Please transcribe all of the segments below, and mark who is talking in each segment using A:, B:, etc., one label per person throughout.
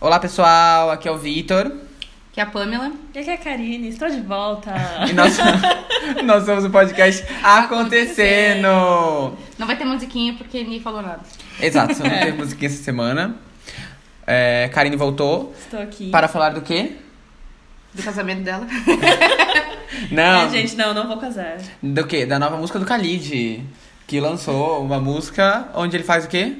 A: Olá, pessoal. Aqui é o Vitor.
B: Que é a Pamela.
C: E aqui é a Karine, estou de volta.
A: E nós, nós somos o podcast Acontecendo.
B: Não vai ter musiquinha porque ninguém falou nada.
A: Exato, não
C: É.
A: teve musiquinha essa semana. É, Karine voltou
C: Estou aqui.
A: para falar do quê?
B: Do casamento dela.
A: Não,
C: É, gente, não, não vou casar.
A: do quê? Da nova música do Khalid, que lançou uma música onde ele faz o quê?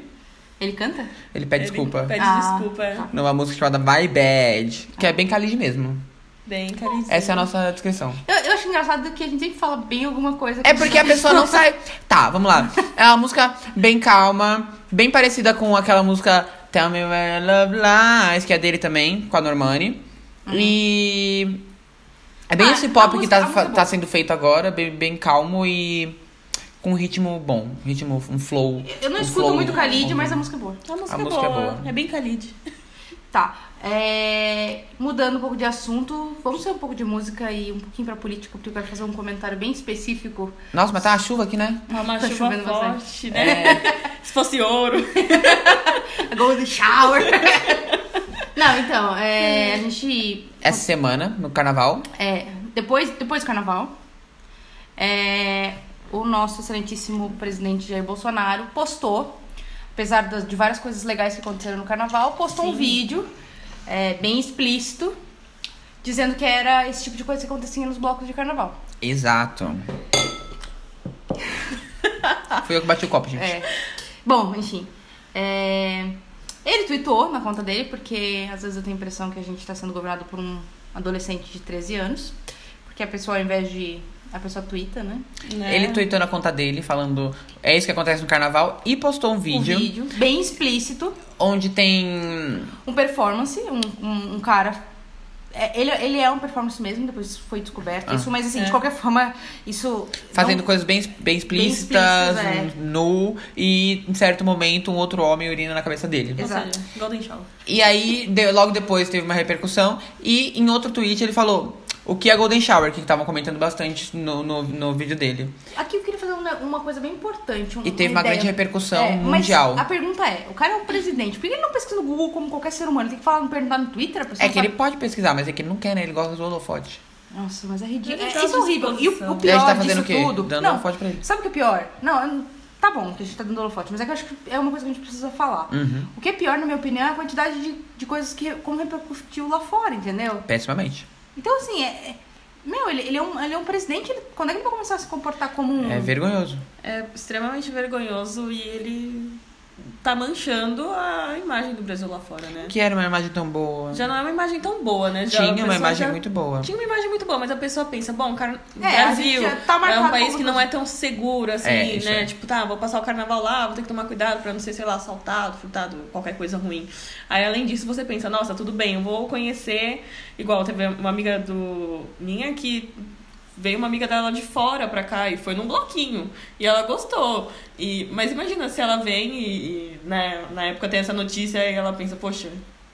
B: Ele canta?
A: Ele pede
C: Ele
A: É, desculpa.
C: Pede
B: Ah.
C: desculpa.
A: Numa música chamada My Bad, que é bem Khalid mesmo.
C: Bem, Karine.
A: Essa é a nossa descrição.
B: Eu, eu acho engraçado que a gente sempre fala bem alguma coisa. que
A: É porque a pessoa não sai. Tá, vamos lá. É uma música bem calma, bem parecida com aquela música Tell Me Where Your Love Lies, que é dele também, com a Normani. E. É bem
B: Ah,
A: esse pop
B: a música-
A: que
B: a
A: tá,
B: música é
A: tá
B: boa.
A: sendo feito agora, bem, bem calmo e com um ritmo bom. um Ritmo, um flow.
B: Eu não
A: um
B: escuto
A: flow
B: muito Khalid,
A: bom.
B: mas a música é boa.
C: A música,
A: a música é
C: é, boa.
A: boa.
C: é bem Khalid.
B: Tá. é, Mudando um pouco de assunto, vamos ter um pouco de música e um pouquinho pra política, porque eu quero fazer um comentário bem específico.
A: Nossa, mas tá uma chuva aqui, né?
C: Tá uma
B: Tá
C: chuva
B: chovendo bastante.
C: forte, né?
A: É.
C: Se fosse ouro.
B: A Golden Shower. não, então, é, a gente
A: Essa semana, no carnaval.
B: É, depois, depois do carnaval, é, o nosso excelentíssimo presidente Jair Bolsonaro postou, apesar das- de várias coisas legais que aconteceram no carnaval, postou um vídeo é, bem explícito dizendo que era esse tipo de coisa que acontecia nos blocos de carnaval.
A: Exato. Fui eu que bati o copo, gente.
B: É. Bom, enfim. É, Ele tweetou na conta dele, porque às vezes eu tenho a impressão que a gente está sendo governado por um adolescente de 13 anos. Porque a pessoa, ao invés de. A pessoa twitta, né?
C: Né?
A: Ele tweetou na conta dele falando é isso que acontece no carnaval e postou um vídeo,
B: um vídeo bem explícito,
A: onde tem
B: um performance, um, um, um cara. é, ele, ele é um performance mesmo, depois foi descoberto
A: Ah.
B: isso, mas assim,
C: É.
B: de qualquer forma, isso.
A: fazendo
B: não-
A: coisas bem, bem explícitas, um
B: explícitas, é.
A: nu e em certo momento um outro homem urina na cabeça dele.
C: Ou
B: Exato.
C: seja, Golden Shower.
A: E aí de- logo depois teve uma repercussão e em outro tweet ele falou o que é Golden Shower, que estavam comentando bastante no, no, no vídeo dele.
B: Aqui eu queria fazer uma, uma coisa bem importante. um-
A: E teve uma
B: ideia.
A: grande repercussão
B: É, mas
A: mundial.
B: a pergunta é: o cara é um presidente, por que ele não pesquisa no Google como qualquer ser humano? Tem que falar, perguntar no Twitter? A pessoa
A: É que
B: sabe-
A: ele pode pesquisar, mas é que ele não quer, né? Ele gosta do holofote.
B: Nossa, mas é ridículo.
C: Ele
B: É,
C: tá
B: isso é
C: à
B: horrível. E o, o
C: disposição.
A: E a
B: pior
A: gente tá fazendo
B: disso
A: o quê?
B: tudo.
A: Dando
B: não,
A: holofote pra ele.
B: Sabe o que é pior? Não, eu não- tá bom que a gente tá dando holofote, mas é que eu acho que é uma coisa que a gente precisa
A: Hum.
B: falar. O que é pior, na minha opinião, é a quantidade de, de coisas que como repercutiu lá fora, entendeu?
A: Pessimamente.
B: Então, assim, é. é- meu, ele, ele é um, ele é um presidente, ele- quando é que ele vai começar a se comportar como um.
A: É vergonhoso.
C: É extremamente vergonhoso e ele tá manchando a imagem do Brasil lá fora, né?
A: Que era uma imagem tão boa.
C: Já não é uma imagem tão boa, né? Já a
A: Tinha uma
C: pessoa
A: imagem
C: já-
A: muito boa.
C: Tinha uma imagem muito boa, mas a pessoa pensa, bom, cara,
B: É, a gente
C: Brasil
B: já tá
C: é
B: marcado
C: um país
B: como
C: que não é tão seguro, assim,
A: É, isso
C: né?
A: é.
C: Tipo, tá, vou passar o carnaval lá, vou ter que tomar cuidado pra não ser, sei lá, assaltado, furtado, qualquer coisa ruim. Aí, além disso, você pensa, nossa, tudo bem, eu vou conhecer... Igual, teve uma amiga do... minha que... Veio uma amiga dela de fora pra cá e foi num bloquinho. E ela gostou. E, mas imagina se ela vem e, e, né, na época tem essa notícia e ela pensa, poxa,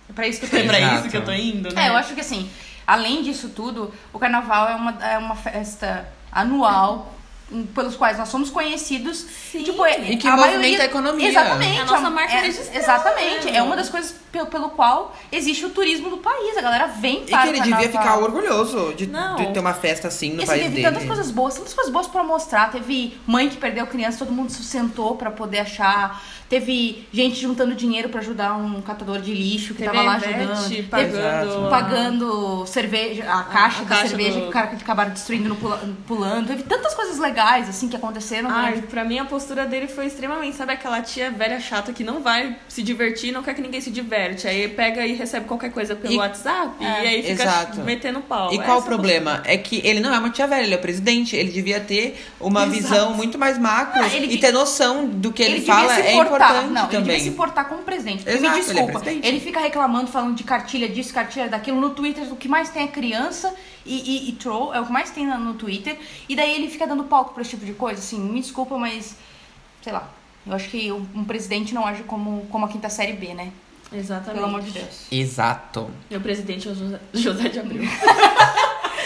B: É pra isso que eu tô
C: é pra
A: Exato.
C: isso que eu tô indo, né?
B: É, eu acho que assim, além disso tudo, o carnaval é uma, é uma festa anual em- pelos quais nós somos conhecidos.
C: Sim.
B: Tipo, é-
A: E que
B: a
A: movimenta
B: maioria-
A: a economia.
B: Exatamente.
C: É a nossa
B: É-
C: marca
B: é-
C: registrada,
B: Exatamente.
C: né?
B: É uma das coisas pe- pelo qual existe o turismo do país. A galera vem
A: E que
B: para
A: ele
B: o carnaval.
A: devia ficar orgulhoso de,
C: Não.
A: de ter uma festa assim no
B: Esse
A: país
B: teve
A: dele.
B: tantas coisas boas, tantas coisas boas pra mostrar. Teve mãe que perdeu criança, todo mundo se sentou pra poder achar. Teve gente juntando dinheiro pra ajudar um catador de lixo que
C: Teve
B: tava lá
C: a Ivete
B: ajudando. tipo, Teve-
C: pagando...
A: Exato.
B: pagando cerveja, a caixa
C: a
B: da
C: caixa
B: cerveja
C: do-
B: que o cara que acabaram destruindo no pula- pulando. Teve tantas coisas legais assim que aconteceram.
C: Ai,
B: durante-
C: pra mim a postura dele foi extremamente, sabe aquela tia velha chata que não vai se divertir, não quer que ninguém se diverte. Aí pega e recebe qualquer coisa pelo
A: E-
C: WhatsApp
B: É.
C: e aí fica
A: Exato.
C: metendo pau.
A: E qual o
C: Essa
A: problema? É que ele não é uma tia velha, ele é o presidente. Ele devia ter uma visão muito mais macro
B: Ah, ele
A: e
B: de-
A: ter noção do que ele,
B: devia
A: fala é importante
B: não, ele devia
A: também.
B: se portar como presidente. Porque
A: Exato,
B: me
A: ele é
B: desculpa,
A: presidente.
B: fica reclamando, falando de cartilha disso, cartilha daquilo no Twitter. O que mais tem é criança e, e- e troll, é o que mais tem na- no Twitter. E daí ele fica dando palco pra esse tipo de coisa. Assim, me desculpa, mas sei lá. Eu acho que um, um presidente não age como, como a quinta série B, né?
C: postura. Exatamente.
B: Pelo amor de Deus.
A: Exato.
C: Meu presidente é o José, José de Abreu.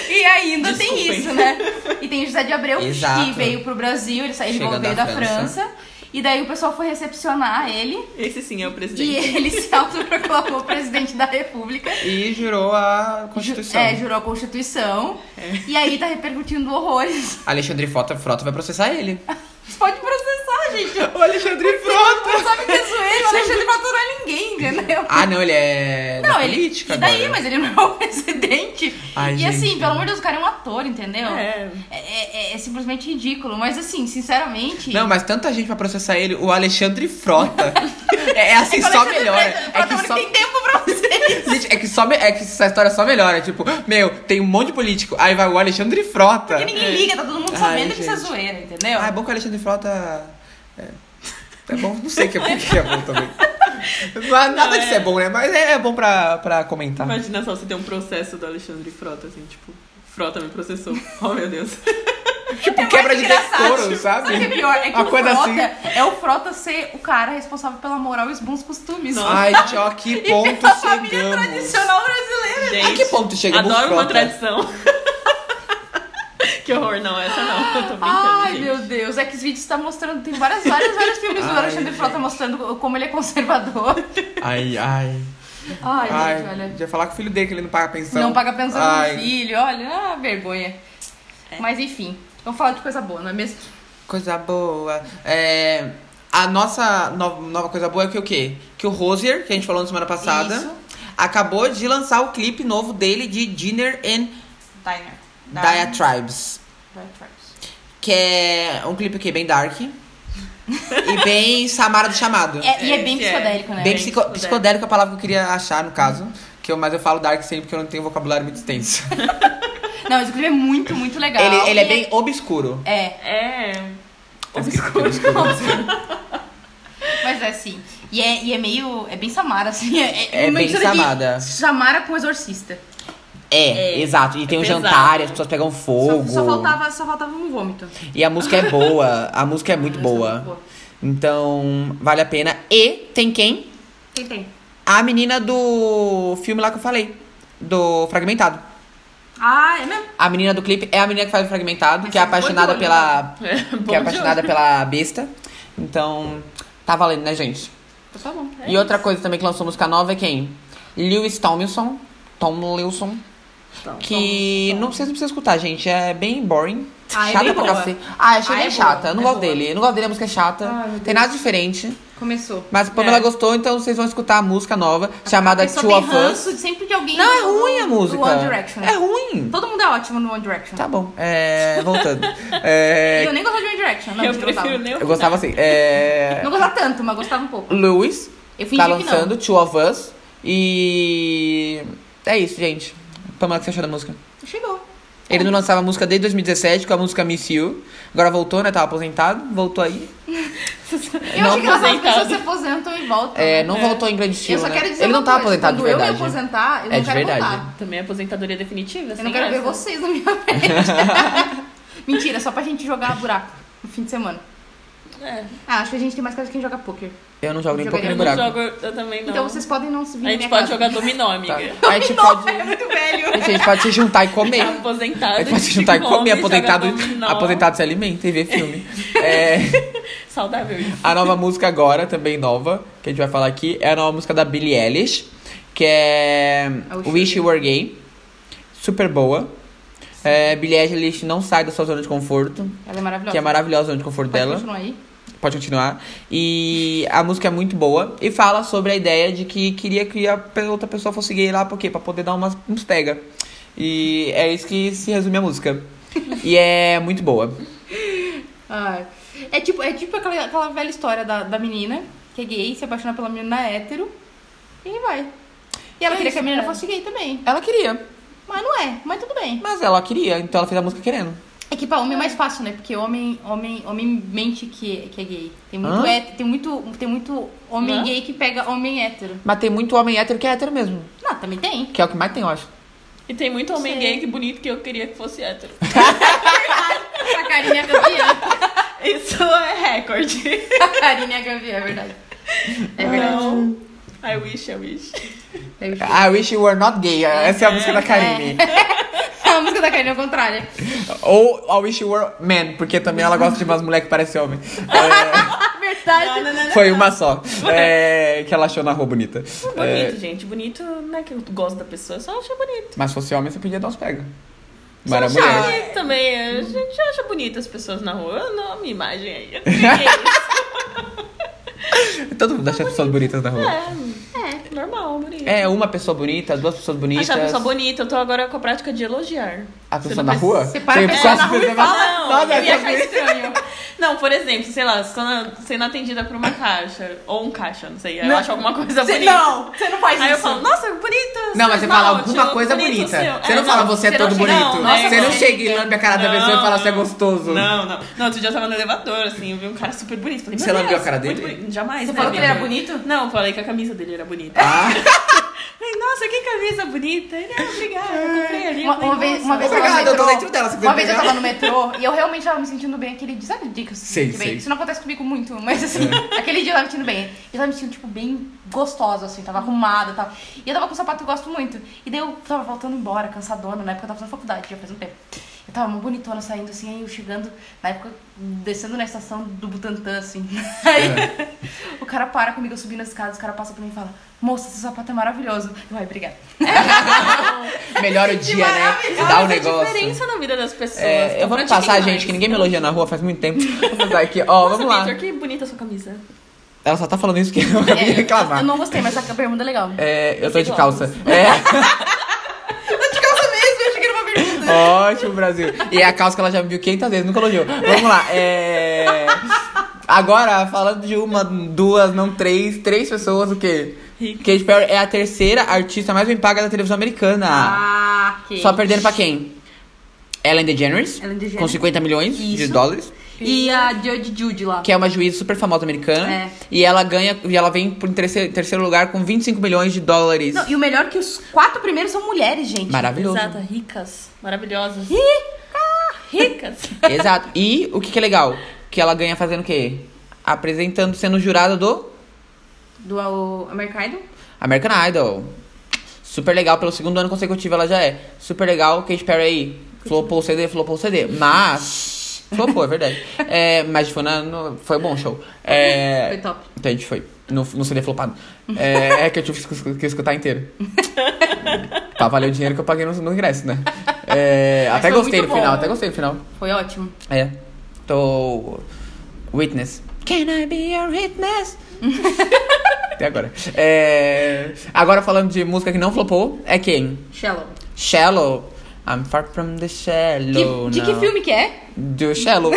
B: E ainda tem
C: Desculpem.
B: isso, né? E tem José de Abreu,
A: Exato.
B: que veio pro Brasil, ele, sa- ele
A: Chega
B: veio
A: da
B: da,
A: França.
B: França. E daí o pessoal foi recepcionar ele
C: Esse sim é o
B: e
C: presidente.
B: ele se autoproclamou presidente da república.
A: E jurou a Constituição. É.
B: É, jurou a Constituição. E aí tá repercutindo horrores.
A: Alexandre Frota, Frota vai processar ele.
B: Você pode processar, gente.
A: o Alexandre Frota!
B: Você sabe que é zoeiro, o Alexandre Frota não é ninguém, entendeu?
A: Ah, não, ele é da
B: Não, ele.
A: política
B: e daí,
A: agora.
B: mas ele não é o presidente.
A: Ai,
B: e
A: gente,
B: assim, pelo
A: é.
B: amor de Deus, o cara é um ator, entendeu?
C: É.
B: É, é- é simplesmente ridículo. Mas assim, sinceramente.
A: Não, mas tanta gente pra processar ele, o Alexandre Frota. é, é assim,
B: que o
A: só
B: Alexandre
A: melhora.
B: Frota-
A: É
B: Frota
A: que
B: não
A: só...
B: tem tempo pra você.
A: Gente, é que, só me- é que essa história só melhora. Tipo, meu, tem um monte de político. Aí vai o Alexandre Frota.
B: Porque ninguém liga, tá todo mundo
A: É. Ai,
B: sabendo que isso é
A: gente.
B: zoeira, entendeu?
A: Ah, é bom que o Alexandre Frota. É, é bom, não sei o que é, o que é bom também. Mas nada disso é bom, né? Mas é, é bom pra, pra comentar.
C: Imagina só você ter um processo do Alexandre Frota, assim, tipo, Frota me processou. Oh, meu Deus.
A: tipo,
B: É
A: quebra
B: mais
A: de
B: engraçado.
A: decoro, sabe?
B: Sabe o que é pior? É que
A: Uma
B: o
A: coisa
B: Frota
A: assim.
B: é o Frota ser o cara responsável pela moral e os bons costumes.
A: Ai, gente, ó, que
B: E pela
A: ponto
B: família
A: chegamos.
B: tradicional brasileira.
C: Gente,
A: A Ah, que ponto chegamos,
C: Adoro uma
A: Frota?
C: tradição. que horror, não, essa não. Eu tô brincando,
B: Ai,
C: gente.
B: meu Deus, é que esse vídeo está mostrando, tem várias, várias, vários filmes do
A: Ai,
B: Alexandre
A: gente.
B: Frota mostrando como ele é conservador.
A: Ai, ai.
B: Ai,
A: Ai,
B: gente, olha.
A: já falar com o filho dele que ele não paga pensão.
B: Não paga pensão
A: Ai, É.
B: no filho, olha, ah, vergonha. Mas enfim, vamos falar de coisa boa, não é mesmo?
A: Coisa boa. É, a nossa no- nova coisa boa é que o quê? Que o Rosier, que a gente falou na semana passada,
B: Isso.
A: acabou de lançar o clipe novo dele de Dinner and
B: Diner.
A: Diatribes. Que é um clipe que é bem dark. e bem Samara do Chamado.
B: É, e é bem
C: Esse é.
B: psicodélico, né?
A: bem
C: bem
A: psico-
C: psicodélico.
A: psicodélico é a palavra que eu queria achar, no caso. Que eu, mas eu falo dark sempre porque eu não tenho vocabulário muito extenso.
B: Não, esse clipe é muito, muito legal.
A: ele, ele é
B: E
A: bem obscuro.
B: É,
C: É.
A: Tá escrito aqui, obscuro.
B: Mas é assim. E é, e é meio. É bem Samara, assim.
A: É
B: É, uma
A: bem
B: mistura de
A: Samara.
B: Samara com exorcista.
A: É,
C: É.
A: exato. E tem um
C: pesado.
A: jantar, e as pessoas pegam
B: Só,
A: fogo.
B: só faltava, só faltava um vômito.
A: E a música é boa. A música é muito
B: A música é
A: boa.
B: muito boa.
A: Então, vale a pena. E tem quem?
B: Quem tem?
A: A menina do filme lá que eu falei. Do Fragmentado.
B: Ah, é mesmo?
A: A menina do clipe é a menina que faz o Fragmentado,
B: Mas
A: que é
B: você ficou de
A: apaixonada
B: olho,
A: pela.
C: É,
A: que
C: bom
A: é
C: de
A: apaixonada
C: olho.
A: pela besta. Então, tá valendo, né, gente?
B: Então Tá bom.
A: e outra coisa também que lançou música nova é quem? Lewis Tomlinson. Tom Lewson.
C: Então,
A: Que não precisa, não precisa escutar, gente. É bem boring.
B: Ah, é
A: chata
B: bem
A: pra
B: boa.
A: cacete. Ah, achei
B: Ah,
A: bem
B: é boa,
A: chata. Eu não
B: é
A: gosto
B: boa.
A: dele. Eu não gosto dele, a música é chata.
B: Ai, meu
A: tem nada diferente.
B: Começou.
A: Mas a Pamela
C: É.
A: gostou, então vocês vão escutar a música nova, chamada
B: A pessoa
A: Two
B: tem
A: of Us.
B: ranço de sempre de alguém.
A: Não, é
B: do-
A: ruim a
B: do
A: música.
B: One Direction.
A: É ruim.
B: Todo mundo é ótimo no One Direction.
A: Tá bom. É, voltando. É,
B: E eu nem gostava de One Direction. Não,
C: Eu
B: não
C: prefiro
B: gostava.
C: nem
A: eu gostava assim. É,
B: Não gostava tanto, mas gostava um pouco.
A: Lewis
B: Eu fingi
A: tá
B: que não.
A: lançando Two of Us. E. É isso, gente. Pamela, o que você achou da música?
B: Chegou.
A: Ele não lançava música desde 2017 com a música Miss You. Agora voltou, né? Tava aposentado, voltou aí.
B: Eu
A: Não
B: acho que as
C: aposentado.
B: pessoas se aposentam e voltam.
A: É,
B: né?
A: não voltou em grande estilo.
B: Eu só
A: né?
B: quero dizer
A: Ele
B: uma
A: não tá
B: coisa,
A: aposentado de
B: quando
A: verdade.
B: eu me aposentar, eu
A: É
B: não
A: de
B: quero
A: verdade.
B: voltar.
C: Também é aposentadoria definitiva? assim, é
B: Eu
C: sem
B: não quero ver
C: graça.
B: vocês na minha frente. Mentira, só pra gente jogar buraco no fim de semana.
C: É,
B: Ah, acho que a gente tem mais coisa que jogar poker.
A: Eu não jogo nem
B: Eu
A: pouco no
C: eu
B: jogaria
A: buraco.
C: não jogo, eu também não.
B: Então vocês podem não se vir
C: A
B: na
C: gente
B: minha
C: pode
B: casa.
C: jogar dominó, amiga.
A: Tá. A gente pode.
B: É muito velho.
A: A gente pode se juntar e comer.
C: Tá Aposentado.
A: A gente pode se
C: de
A: juntar e
C: fome,
A: comer, aposentado,
C: joga dominó.
A: aposentado se alimenta e ver filme. É,
C: Saudável. isso.
A: a nova música agora, também nova, que a gente vai falar aqui, é a nova música da Billie Eilish, que é
B: É o
A: Wish
B: Sugar.
A: You Were Gay. Super boa. É, Billie Eilish não sai da sua zona de conforto,
B: Ela é maravilhosa.
A: que é maravilhosa a zona de conforto
B: Pode
A: dela.
B: continuar aí.
A: Pode continuar. E a música é muito boa. E fala sobre a ideia de que queria que a pe- outra pessoa fosse gay lá, por quê? Pra poder dar umas, uns pega. E é isso que se resume a música. E é muito boa.
B: Ai. É tipo, é tipo aquela, aquela velha história da, da menina que é gay, se apaixona pela menina é hétero e vai. E ela
C: É
B: queria
C: isso,
B: que a menina
C: cara.
B: fosse gay também.
A: Ela queria.
B: Mas não é, mas tudo bem.
A: Mas ela queria, então ela fez a música querendo.
B: É que pra homem é mais fácil, né? Porque homem, homem, homem mente que, que é gay. Tem muito,
A: Hã?
B: hétero, tem muito, tem muito homem
C: Hã?
B: gay que pega homem hétero.
A: Mas tem muito homem hétero que é hétero mesmo.
B: Não, também tem.
A: Que é o que mais tem, eu acho.
C: E tem muito homem
B: Sei.
C: gay que bonito que eu queria que fosse hétero.
B: A Karine é campeã.
C: Isso é recorde.
B: A Karine é campeã, é verdade. É verdade.
C: Não. I wish, I wish.
B: É verdade.
A: I wish you were not gay. Essa é a música da Karine.
B: A música da Karine é o contrário.
A: Ou I wish you were man, porque também ela gosta de umas mulheres que parecem homem. É,
B: verdade.
C: Não, não, não, não.
A: Foi uma só. É, que ela achou na rua bonita. É,
C: Bonito, gente. Bonito não é que eu gosto da pessoa, eu só acho bonito.
A: mas se fosse homem, você podia dar uns pega. Mas
C: Só
A: era
C: acho
A: mulher.
C: bonito também. A gente acha bonito as pessoas na rua. Eu não, minha imagem aí. Eu peguei.
A: Todo mundo acha pessoas bonitas na rua.
C: é, é, normal, bonito.
A: É, uma pessoa bonita, duas pessoas bonitas.
C: Achar a pessoa bonita, eu tô agora com a prática de elogiar.
A: A
C: Você
A: pessoa na
C: não precisa-
A: rua?
B: você para a
A: Tem
B: pessoa
A: pessoas
B: na rua e
A: que-
B: fala,
C: não,
A: Nada,
C: eu ia
A: essa-
C: achar estranho. Não, por exemplo, sei lá, sendo, sendo atendida por uma caixa, ou um caixa, não sei, aí eu
A: Não.
C: acho alguma coisa
B: Você-
C: bonita.
B: não, você não faz
C: Aí eu
B: isso.
C: falo, nossa, bonita.
A: Não,
C: seu
A: mas você fala
C: esmalte,
A: alguma
C: ou
A: coisa
C: bonito o
A: bonita.
C: seu."
A: Você
C: É,
A: não fala, você é
B: você não
A: todo
B: chega-
A: bonito.
B: não,
C: né?
B: nossa,
A: Você não
B: você-
A: chega e lambe a cara da pessoa e fala,
C: Não,
A: você é
C: não.
A: gostoso.
C: Não, não. Não, outro dia eu tava no elevador, assim, eu vi um cara super bonito. Falei,
A: Você
C: "Meu
A: lambeu a
C: Deus,
A: cara
C: muito
A: dele?"
C: bonito." Jamais.
B: Você
C: né,
B: falou que ele
C: minha
B: era
C: mãe?
B: bonito?
C: Não, eu falei que a camisa dele era bonita.
A: Ah,
C: Falei, nossa, que camisa bonita. Ele, ah, obrigada, eu comprei ali.
B: Uma-
C: Falei,
B: uma vez-
C: "Nossa."
B: uma vez
A: Obrigado,
B: tava no
A: eu tô
B: metrô.
A: dentro dela, se quiser
B: Uma vez eu
A: pegar.
B: tava no metrô e eu realmente tava me sentindo bem aquele dia. Sabe o dia que eu se
A: Sei,
B: senti bem?
A: sei. É.
B: Isso não acontece comigo muito, mas assim, aquele dia eu tava me sentindo bem. Eu tava me sentindo, tipo, bem gostosa, assim, tava arrumada e tal. E eu tava com um sapato que eu gosto muito. E daí eu tava voltando embora, cansadona, na época eu tava fazendo faculdade, já faz um tempo. Eu tava uma bonitona saindo assim, aí eu chegando, na época, descendo na estação do Butantã, assim. Aí
A: É.
B: o cara para comigo, eu subindo as escadas, o cara passa por mim e fala, moça, seu sapato é maravilhoso. Eu, ai, obrigada.
A: melhora o dia, né? Dá o
C: Faz a
A: negócio.
C: diferença na vida das pessoas.
A: É, eu
C: Então,
A: vou
C: pratiquem
A: passar,
C: mais.
A: gente, que ninguém me elogia na rua faz muito tempo. Vou passar aqui, ó,
C: Nossa,
A: vamos lá.
C: Victor, que bonita a sua camisa.
A: Ela só tá falando isso que eu acabei de
B: É, eu,
A: reclamar.
B: eu não gostei, mas essa bermuda é legal.
A: É, eu tô de
C: Igual.
A: calça. É,
B: De calça mesmo, eu achei que era uma bermuda.
A: ótimo, Brasil. E é a calça que ela já me viu 500 vezes, nunca elogiou. Vamos lá, é... Agora, falando de uma, duas, não três, três pessoas, o quê?
C: Rica.
A: Katy Perry é a terceira artista mais bem paga da televisão americana.
B: Ah, que.
A: Só perdendo pra quem? Ellen DeGeneres,
B: Ellen DeGeneres.
A: com 50 milhões de
B: Isso.
A: dólares.
B: E a Judge Judy lá.
A: Que é uma juíza super famosa americana.
B: É.
A: E ela ganha. E ela vem em terceiro, terceiro lugar com 25 milhões de dólares.
B: Não, e o melhor é que os quatro primeiros são mulheres, gente.
A: Maravilhoso.
C: Exata, ricas, maravilhosas. Ricas.
A: Exato. E o que, que é legal? Que ela ganha fazendo o quê? Apresentando, sendo jurada do
B: Do ao- American Idol.
A: American Idol. Super legal, pelo segundo ano consecutivo ela já é. Super legal, Katy Perry aí. Flopou o CD, flopou o CD. Mas. Flopou, é verdade. É, mas foi, na, no- foi um bom o show. É,
B: Foi top.
A: Então a gente foi. No, no CD flopado. É, é que eu tive que escu- que escutar inteiro. pra valer o dinheiro que eu paguei no, no ingresso, né? É, até
B: foi
A: gostei no
B: muito
A: final,
B: bom.
A: até gostei no final.
B: Foi ótimo.
A: É. Tô. Witness. Can I be your witness? Até agora. É, Agora falando de música que não flopou, é quem?
B: Shallow.
A: Shallow. I'm far from the
B: Que-
A: shallow.
B: de que
A: now.
B: filme que é?
A: Do Shallow.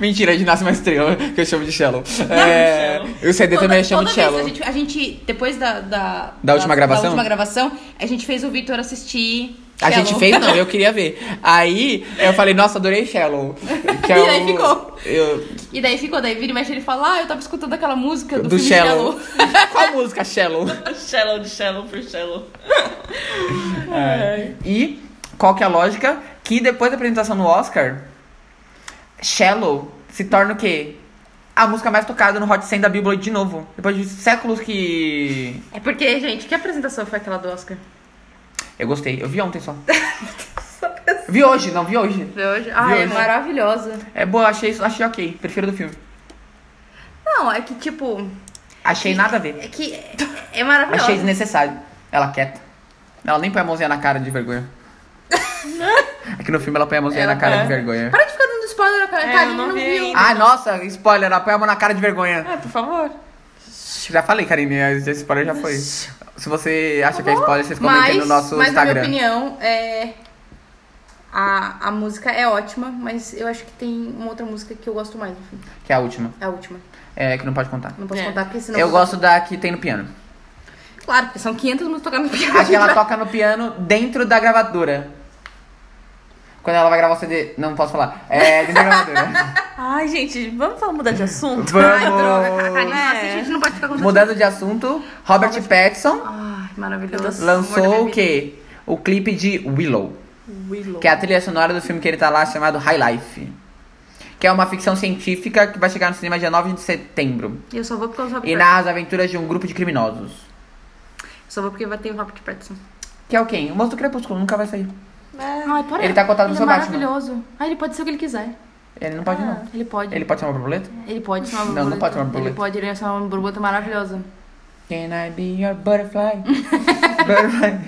A: Mentira, de Nasce Uma Estrela, que eu chamo de Shallow. É, O CD também eu chamo
B: toda
A: de
B: vez
A: Shallow.
B: A gente, a gente, depois da... Da,
A: Da última gravação?
B: Da última gravação, a gente fez o Vitor assistir
A: A
B: Shallow.
A: gente fez, não, eu queria ver. Aí eu falei, nossa, adorei Shallow. Que é
B: E aí
A: o-
B: ficou.
A: eu-
B: E daí ficou, daí vira e mexe ele fala, ah, eu tava escutando aquela música do,
A: do
B: filme
A: Shallow. Qual a música, Shallow?
C: Shallow de shallow por shallow.
A: É. E qual que é a lógica? Que depois da apresentação no Oscar, Shallow se torna o quê? A música mais tocada no Hot 100 da Billboard de novo. Depois de séculos que...
B: É porque, gente, que apresentação foi aquela do Oscar?
A: Eu gostei. Eu vi ontem só. vi hoje, não, vi hoje.
B: De hoje? Ah, é
A: hoje?
B: maravilhosa.
A: É boa, achei, achei ok. Prefiro do filme.
B: Não, é que tipo.
A: Achei nada a ver.
B: É que é maravilhosa.
A: Achei desnecessário. Ela quieta. Ela nem põe a mãozinha na cara de vergonha. Aqui no filme ela põe a mãozinha
B: Ela
A: na cara
C: põe.
A: de vergonha.
B: Para de ficar dando spoiler, cara.
C: É,
B: Karine
C: eu
B: não,
C: não vi
B: viu.
C: ainda.
A: Ai, nossa, spoiler, ela põe a mão na cara de vergonha.
C: Ah, por favor.
A: Já falei, Karine, esse spoiler já foi. Se você acha que é spoiler, vocês comentem
B: Tá Mas,
A: no nosso
B: mas na minha
A: Instagram.
B: opinião, é. A, a música é ótima, mas eu acho que tem uma outra música que eu gosto mais no filme.
A: Que é a última.
B: É a última.
A: É, que não pode contar.
B: Não posso
C: É.
B: contar porque senão.
A: Eu
B: vou-
A: gosto da que tem no piano.
B: Claro, porque são 500 músicas tocando no piano.
A: A que ela toca no piano dentro da gravadora. Quando ela vai gravar o CD. Não posso falar. É, dentro da gravadora.
C: Ai, gente, vamos falar- mudar de assunto?
B: Ai, droga. Karine,
A: Vamos.
B: assim a gente não
C: É.
B: pode ficar contando.
A: Mudando de assunto, Robert Pattinson
B: Ai, maravilhoso. Amor da
A: lançou o
B: minha
A: quê? O clipe de Willow.
C: Willow.
A: Que é a trilha sonora do filme que ele tá lá chamado High Life. Que é uma ficção científica que vai chegar no cinema dia 9 de setembro.
B: vida. Eu só vou porque eu sou
A: E narra as aventuras de um grupo de criminosos.
B: Só vou porque vai ter o Robert Pattinson.
A: Que é o quem? O moço do Crepúsculo nunca vai sair.
B: Ai, para
A: Ele tá contado no
B: ele
A: seu
B: é
A: Batman.
B: maravilhoso. Ah, ele pode ser o que ele quiser.
A: Ele não pode, não.
D: Ele pode.
A: Ele pode ser uma borboleta?
D: Ele pode ser uma
A: Não,
D: borboleta.
A: não pode ser uma borboleta.
D: Ele pode, ele é só uma borboleta maravilhosa.
A: Can I be your butterfly? butterfly.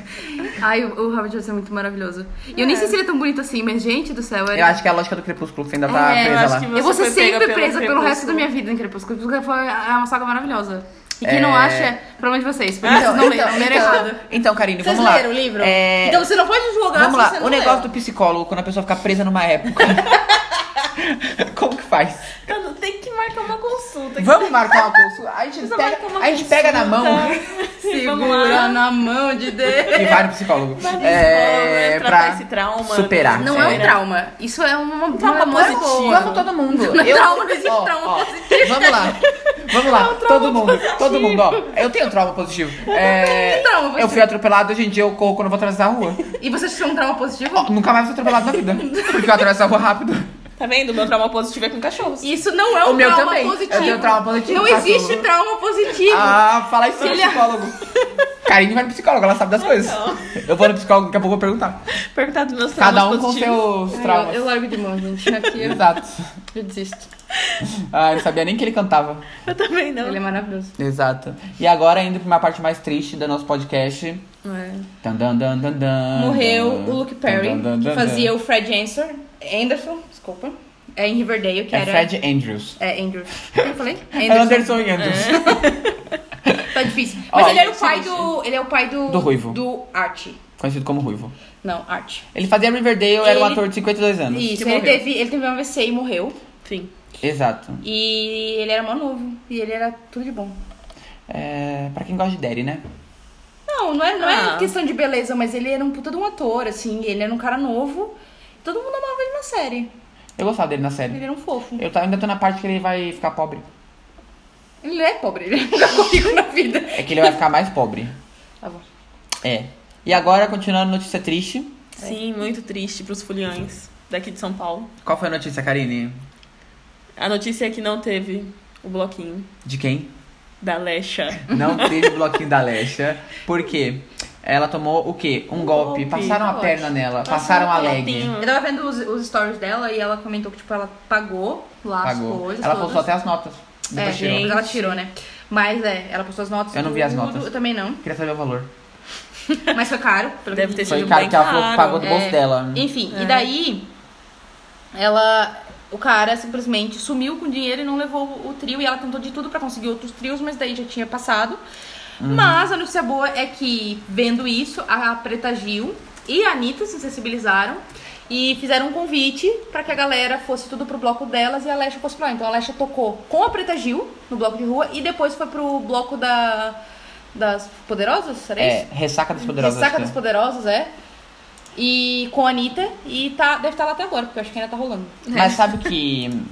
D: Ai, o, o Hobbit vai ser muito maravilhoso. E eu nem sei se ele é tão bonito assim, mas gente do céu, ele...
A: Eu acho que é a lógica do crepúsculo que você ainda tá
D: É, eu
A: presa
C: acho
A: lá.
C: que
D: Eu vou ser
C: Você foi pega
D: sempre
C: pelo
D: presa pelo
C: Crepúsculo.
D: resto da minha vida em Crepúsculo. Crepúsculo foi é uma saga maravilhosa. E quem
A: É. Ah,
D: não acha, problema de vocês. Porque vocês não leram, leram errado.
A: então, Karine,
B: é Vocês
A: vamos lá.
B: leram o livro?
A: É,
B: Então você não pode julgar
A: vamos
B: se
A: lá,
B: você não
A: o negócio
B: leu.
A: do psicólogo, quando a pessoa fica presa numa época. Como que faz?
C: Cara, tem que marcar uma consulta.
A: Vamos marcar uma consulta. A gente,
C: Precisa
A: pega,
C: marcar uma
A: a gente pega na mão
C: Segura Vamos lá.
D: na mão de Deus.
A: e vai no psicólogo. É,
C: psicólogo, tratar esse trauma.
A: Superar.
B: né?
D: Não é um trauma. Isso é uma, uma
A: Trauma
D: positivo.
A: positivo. Vamos todo mundo.
D: Não é trauma, não existe
A: Tipo, ó,
D: trauma É um
A: ó, Vamos lá. Vamos lá. todo mundo. Todo mundo, ó. Eu tenho trauma positivo. É,
D: tenho trauma
A: eu
D: positivo.
A: fui atropelado, hoje em dia eu corro quando eu vou atravessar a rua.
D: E você achou um trauma positivo?
A: Nunca mais fui atropelado na vida. Porque eu atravesso a rua rápido.
C: Tá vendo? O meu trauma positivo é com cachorros.
D: Isso não é um
A: O meu
D: trauma
A: também. Eu
D: positivo.
A: tenho trauma positivo,
D: Não
A: cachorro.
D: existe trauma positivo.
A: Ah, fala isso no
D: Filha.
A: psicólogo. Karine vai no psicólogo, ela sabe das coisas. Eu vou no psicólogo, daqui a pouco eu vou perguntar.
C: Perguntar dos meus traumas
A: Então. Cada um com
C: positivos.
A: seus
D: Ai,
A: traumas.
D: eu, eu largo de mão, gente. Aqui eu,
A: Exato.
D: eu desisto.
A: Ah, eu não sabia nem que ele cantava.
C: Eu também não.
D: Ele é maravilhoso.
A: Exato. E agora, indo pra uma parte mais triste do nosso podcast. Dan, dan, dan, dan, dan,
B: É. Morreu
A: dan,
B: o Luke
A: dan,
B: Perry,
A: dan, dan,
B: que
A: dan,
B: fazia
A: dan.
B: o Fred Anser, Anderson, desculpa, é em Riverdale, que
A: É
B: era...
A: Fred Andrews.
B: É, Andrew. Como eu falei?
A: É Anderson Andrews.
B: Tá difícil.
A: Ó,
B: Mas ele era o
A: gente,
B: pai do... Ele é o pai do...
A: Do ruivo.
B: Do Art.
A: Conhecido como Ruivo.
B: Não, Art.
A: Ele fazia Riverdale, era um
B: Ele-
A: ator de 52 anos.
B: Isso,
C: que
B: ele
C: morreu.
B: teve, ele teve um AVC e morreu.
A: é-
C: Sim.
A: Exato.
B: E ele era mó novo. E ele era tudo de bom.
A: É, pra quem gosta de Derry, né?
B: Não, não é, não
C: Ah.
B: é questão de beleza, mas ele era um puta de um ator, assim. Ele era um cara novo. Todo mundo amava ele na série.
A: Eu gostava dele na série.
B: Ele era um fofo.
A: Eu tá- ainda tô na parte que ele vai ficar pobre.
B: Ele é pobre, ele nunca comigo na vida.
A: É que ele vai ficar mais pobre.
B: Tá bom.
A: É. E agora, continuando notícia triste.
C: Sim, muito triste pros foliões daqui de São Paulo.
A: Qual foi a notícia, Karine?
C: A notícia é que não teve o bloquinho
A: De quem?
C: da Lecha.
A: Não teve bloquinho da Lesha. Por quê? Ela tomou o quê? Um golpe.
C: golpe.
A: Passaram a
B: Ótimo.
A: perna nela. Passaram a leg.
C: um Bloquinho.
B: Eu tava vendo os, os stories dela e ela comentou que, tipo, ela pagou lá as
A: Pagou.
B: coisas.
A: Ela
B: todas.
A: postou até as notas.
B: É,
A: Depois
B: gente.
A: tirou.
B: mas ela tirou, né? Mas é, ela postou as notas.
A: Eu não vi as
B: tudo,
A: notas.
B: Eu também não.
A: Queria saber o valor.
B: Mas foi caro. Pelo um
C: Deve
B: que-
C: ter
A: Foi
C: sido
A: caro
C: bem
A: que ela falou que
C: caro.
A: pagou do bolso
B: É.
A: dela.
B: Enfim,
C: É.
B: e daí ela. O cara simplesmente sumiu com o dinheiro e não levou o trio. E ela tentou de tudo pra conseguir outros trios, mas daí já tinha passado.
A: Uhum.
B: Mas a notícia boa é que, vendo isso, a Preta Gil e a Anitta se sensibilizaram e fizeram um convite pra que a galera fosse tudo pro bloco delas e a Alexa fosse pra lá. Então a Alexa tocou com a Preta Gil no bloco de rua e depois foi pro bloco da, das Poderosas, será isso?
A: É, ressaca das poderosas.
B: Ressaca
A: né?
B: das Poderosas, é. E com a Anitta. E tá, deve estar lá até agora, porque eu acho que ainda tá rolando.
A: Mas sabe que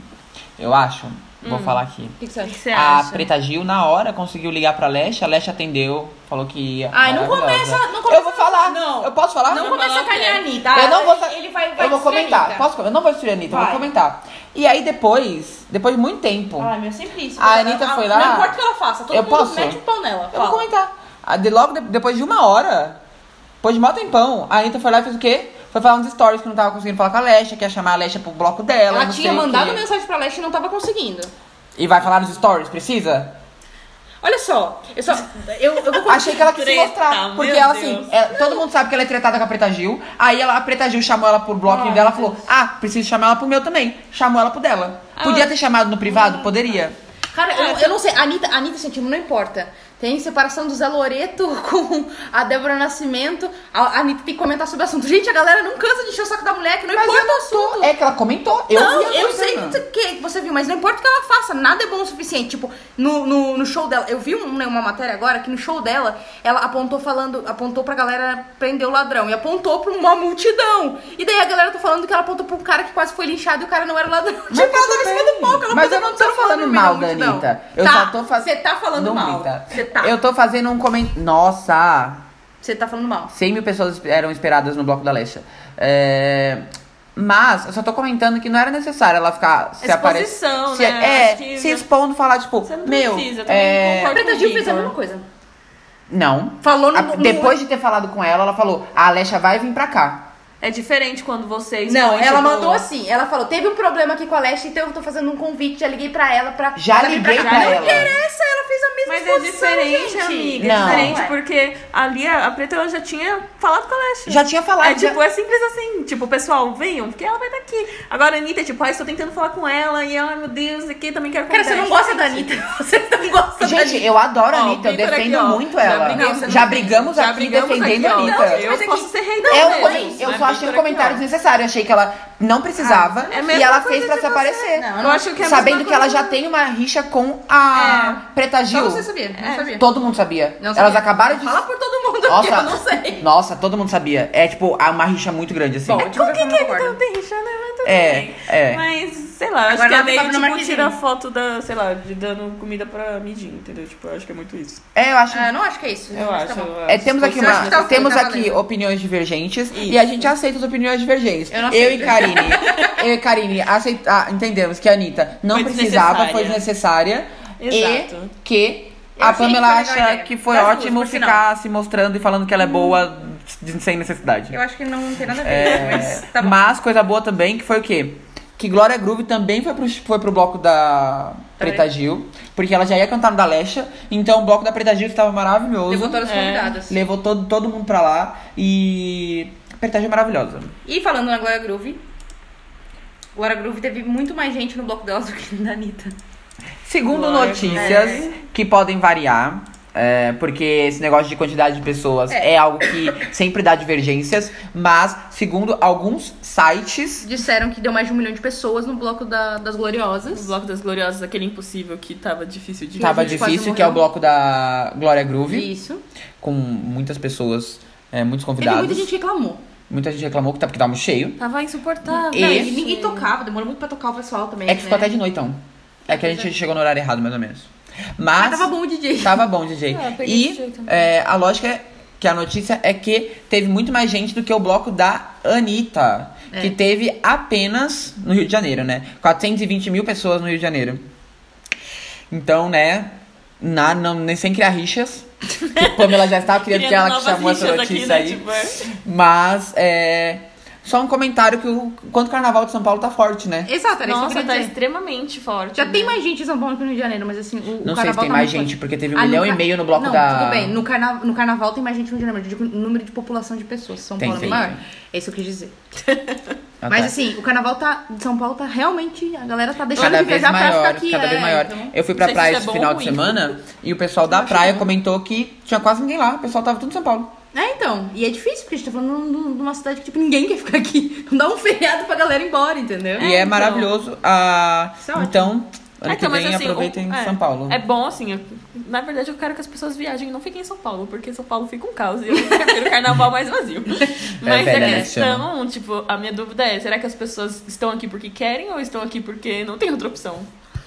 A: eu acho? Vou falar aqui.
B: O que, que Hum. você
C: O que
B: acha?
C: você
A: A
C: acha?
A: Preta Gil, na hora, conseguiu ligar pra Leste, a Leste atendeu, falou que ia.
B: Ai, não
A: maravilhosa.
B: começa- não começa-
A: Eu vou falar.
B: não.
A: Eu posso falar?
B: Não começa a
C: falar
B: sacanear a
C: que
B: Anitta.
A: Eu não vou sa-
B: Ele vai, vai
A: Eu vou
B: destruir a
A: comentar.
B: Anitta.
A: Posso comentar? Eu não vou destruir a Anitta, eu vou
B: Vai. Ah.
A: comentar. E aí depois, depois de muito tempo,
B: Ai, meu, sempre isso. né?
A: A Anitta foi lá?
B: Não importa o que ela faça, todo
A: Eu
B: mundo
A: posso?
B: mete o pau nela.
A: eu vou
B: fala.
A: comentar. Ah, de- logo de- depois de uma hora, depois de mó tempão, a Anitta foi lá e fez o quê? Foi falar uns stories que não tava conseguindo falar com a Lesha, que ia chamar a Lesha pro bloco dela.
B: Ela,
A: não
B: tinha
A: sei o
B: mandado
A: quê.
B: mensagem pra Leste e não tava conseguindo.
A: E vai falar nos stories, precisa?
B: Olha só, eu só. Eu, eu vou
A: Achei que ela quis se
C: Treta,
A: mostrar.
C: meu
A: Porque ela,
C: Deus.
A: assim, ela- todo mundo sabe que ela é tretada com a Preta Gil. Aí ela, a Preta Gil chamou ela pro bloquinho dela e falou: Ah, preciso chamar ela pro meu também. Chamou ela pro dela.
B: Ah.
A: Podia ter chamado no privado? Poderia.
B: Cara, eu, eu não sei. A Anitta, a Anitta Santino não importa. Tem separação do Zé Loreto com a Débora Nascimento. A a Anitta tem que comentar sobre o assunto. Gente, a galera não cansa de encher o saco da mulher, que não
A: Mas
B: importa o
A: ela
B: assunto.
A: É que ela comentou. Eu
B: não,
A: vi ela
B: eu sei
A: comentando.
B: que, que você viu, mas não importa o que ela faça, nada é bom o suficiente. Tipo, no, no, no show dela, eu vi um- né, uma matéria agora que no show dela, ela apontou falando, apontou pra galera prender o ladrão e apontou pra uma multidão. E daí a galera tá falando que ela apontou pra um cara que quase foi linchado e o cara não era o ladrão. Mas tipo, ela tava em cima do palco, ela
A: Mas
B: podia
A: eu não
B: apontar
A: tô
B: pra
A: falando
B: um
A: mal da
B: milhão de multidão.
A: Anitta. Eu
B: tá,
A: só tô fazendo.
B: Você tá falando mal. Você tá.
A: Eu tô fazendo um comentário. Nossa!
B: Você tá falando mal.
A: 100 mil pessoas eram esperadas no Bloco da Lesha. É, Mas eu só tô comentando que não era necessário ela ficar se aparecendo.
C: Exposição,
A: Se,
C: né?
A: é,
C: Acho que
A: se expondo, falar, tipo,
C: Você não
A: meu.
C: precisa, eu também
A: é...
B: A
C: concordo.
B: Preta Gil fez a
C: Igor.
B: mesma coisa.
A: Não.
B: Falou no,
A: A-
B: no-
C: é.
A: Depois de ter falado com ela, ela falou: a Alexa vai vir pra cá.
C: É diferente quando vocês.
B: Não,
C: põem,
B: ela
C: tipo,
B: mandou assim. Ela falou: teve um problema aqui com a Leste, então eu tô fazendo um convite. Já liguei pra ela pra.
A: Já
B: ela vir
A: liguei
B: cá."
A: pra
B: não
A: ela.
B: Não interessa, ela fez a mesma
C: Mas é
B: exposição,
C: diferente,
B: gente.
C: amiga.
A: Não.
C: É diferente,
B: Ué.
C: porque ali a, a Preta ela já tinha falado com a Leste.
A: Já tinha falado.
C: É
A: já-
C: tipo, é simples assim. Tipo, pessoal, venham, porque ela vai estar aqui. Agora a Anitta, tipo, ai, estou tentando falar com ela e ela, ai, meu Deus, aqui também quero
B: Cara, você não gosta da Anitta. Você não gosta da
A: Gente,
B: Anitta.
A: eu adoro a
C: Ó, o
A: Anitta, eu
C: Vitor aqui,
A: defendo
C: ó,
A: muito
C: já
A: ela.
C: brigamos, você
A: já
C: não
A: brigamos
C: tem. Já
A: aqui
C: brigamos
A: defendendo
C: aqui, ó.
A: a Anitta.
C: Não, tipo é eu posso ser rei da
A: Eu,
C: Não,
A: come-
C: mas
A: eu
C: é
A: só achei
C: Vitor
A: um
C: aqui,
A: comentário
C: ó.
A: desnecessário. Eu Achei que ela não precisava.
C: é a
A: e
C: mesma
A: ela
C: coisa
A: fez pra
C: de
A: se
C: você.
A: aparecer.
B: Não,
C: Eu acho que é a
A: sabendo
C: mesma
A: que ela
C: coisa- É.
A: já tem uma rixa com a Preta
B: Só
A: Gil.
B: você sabia, não sabia.
A: Todo mundo sabia.
B: Não
A: Elas
B: sabia.
A: acabaram de.
B: Fala por todo mundo aqui,
A: Nossa,
B: eu não sei.
A: nossa, todo mundo sabia. É tipo, há uma rixa muito grande, assim.
B: Bom, eu
C: Como que
B: não
C: é
B: concordo.
C: não tem rixa, né? Mas tudo
A: É,
C: bem.
A: é. tá
C: Mas, sei lá, acho
B: Agora
C: que é
B: ela
C: meio,
B: tava no
C: tipo,
B: Marquezine.
C: tira foto da, sei lá, de dando comida pra midinho, entendeu? Tipo, eu acho que é muito isso.
A: É, eu acho.
B: Ah, não acho que é isso.
C: Eu
B: Mas
C: acho.
B: Tá bom.
C: eu
A: É,
C: acho.
A: temos aqui,
B: Eu acho
A: uma,
B: que tá ok,
A: temos
B: tá
A: aqui
B: valendo.
A: opiniões divergentes e
C: Isso.
A: a gente aceita as opiniões divergentes.
B: Eu não
A: e
B: aceito.
A: Karine, eu e Karine aceita, ah, entendemos que a Anitta não
C: Foi
A: precisava, foi desnecessária.
C: Exato.
A: E que
B: Eu
A: a Pamela
B: achei que foi a melhor
A: acha
B: ideia.
A: que foi
B: Das duas,
A: ótimo
B: por sinal. Uhum.
A: ficar se mostrando e falando que ela é boa de- sem necessidade.
B: Eu acho que não tem nada a ver,
A: É,
B: mas tá bom.
A: mas coisa boa também, que foi o quê? Que Glória Groove também foi pro, foi pro bloco da Preta Gil, porque ela já ia cantar no da Lesha, então o bloco da Preta Gil estava maravilhoso.
B: Levou todas as
C: É.
B: convidadas.
A: Levou todo, todo mundo pra lá e. Apertagem maravilhosa.
B: E falando na Glória Groove, Glória Groove teve muito mais gente no bloco dela do que na Anitta.
A: Segundo
C: Glória,
A: notícias
B: é.
A: que podem variar, é, porque esse negócio de quantidade de pessoas é. algo que sempre dá divergências, mas segundo alguns sites.
B: Disseram que deu mais de um milhão de pessoas no bloco da- das
C: O
B: Gloriosas.
C: bloco das gloriosas, aquele impossível que tava difícil de
A: é Tava
B: a gente quase
A: difícil, que é o
B: morreu.
A: bloco da Glória Groove,
B: Isso.
A: com muitas pessoas, é, muitos
B: Teve
A: convidados.
B: muita gente que reclamou.
A: Muita gente reclamou que tá porque tava cheio.
C: Tava insuportável.
A: E-
B: Não, e ninguém tocava, demorou muito pra tocar o pessoal também.
A: É que ficou
B: né?
A: até de noitão. É que a gente chegou no horário errado, mais ou menos.
B: Mas
A: Mas.
B: Ah, tava bom o DJ.
A: Tava bom, DJ.
C: Ah, eu peguei esse
A: e
C: jeito.
A: é, a lógica é que a notícia é que teve muito mais gente do que o bloco da Anitta. Que teve apenas no Rio de Janeiro, né? 420 mil pessoas no Rio de Janeiro. Então, né? Na, não, nem sem criar rixas. Que Pamela já estava criando, que
C: Criando
A: ela que
C: novas
A: chamou essa
C: rixas
A: notícia
C: aqui, né,
A: aí.
C: tipo, é.
A: Mas é. Só um comentário que o quanto o carnaval de São Paulo tá forte, né?
B: Exato, era isso que eu
C: Nossa,
B: queria
C: tá
B: dizer.
C: extremamente forte.
B: Já
C: né?
B: tem mais gente em São Paulo que no Rio de Janeiro, mas assim, o,
A: Não
B: o
A: sei se
B: carnaval
A: tem
B: tá
A: mais
B: muito
A: gente,
B: forte.
A: porque teve um
B: Ah, no
A: milhão e
B: ca-
A: meio no bloco
B: não,
A: da.
B: Tudo bem, no, carna... no carnaval tem mais gente no Rio de Janeiro, eu digo no número de população de pessoas. São
A: Tem,
B: Paulo
A: tem,
B: é maior.
A: tem.
B: É isso que eu quis dizer.
A: Ah,
B: Mas
A: tá.
B: assim, o carnaval tá, de São Paulo tá realmente. A galera tá deixando
A: cada
B: de
A: vez
B: viajar pra ficar
A: maior,
B: aqui.
A: cada
B: é,
A: vez maior.
B: então-
A: Eu fui
C: Não
A: pra
C: sei se
A: praia
C: isso é
A: esse
C: bom
A: final
C: ou
A: de
C: ruim.
A: semana e o pessoal da praia comentou que tinha quase ninguém lá. O pessoal tava tudo em São Paulo.
B: É, então. E é difícil, porque a gente tá falando de um- de uma cidade que, tipo, ninguém quer ficar aqui. Não dá um feriado pra galera ir embora, entendeu?
A: e é maravilhoso. Ah,
B: Isso é ótimo.
A: então, ano
C: É,
A: que
C: então, mas,
A: vem
C: assim,
A: aproveitem
C: o- é,
A: São Paulo.
C: É bom, assim, eu- na verdade eu quero que as pessoas viajem e não fiquem em São Paulo, porque São Paulo fica um caos e eu prefiro o carnaval mais vazio. Mas
A: É velha,
C: a
A: né,
C: questão, tipo, a minha dúvida é, será que as pessoas estão aqui porque querem ou estão aqui porque não tem outra opção,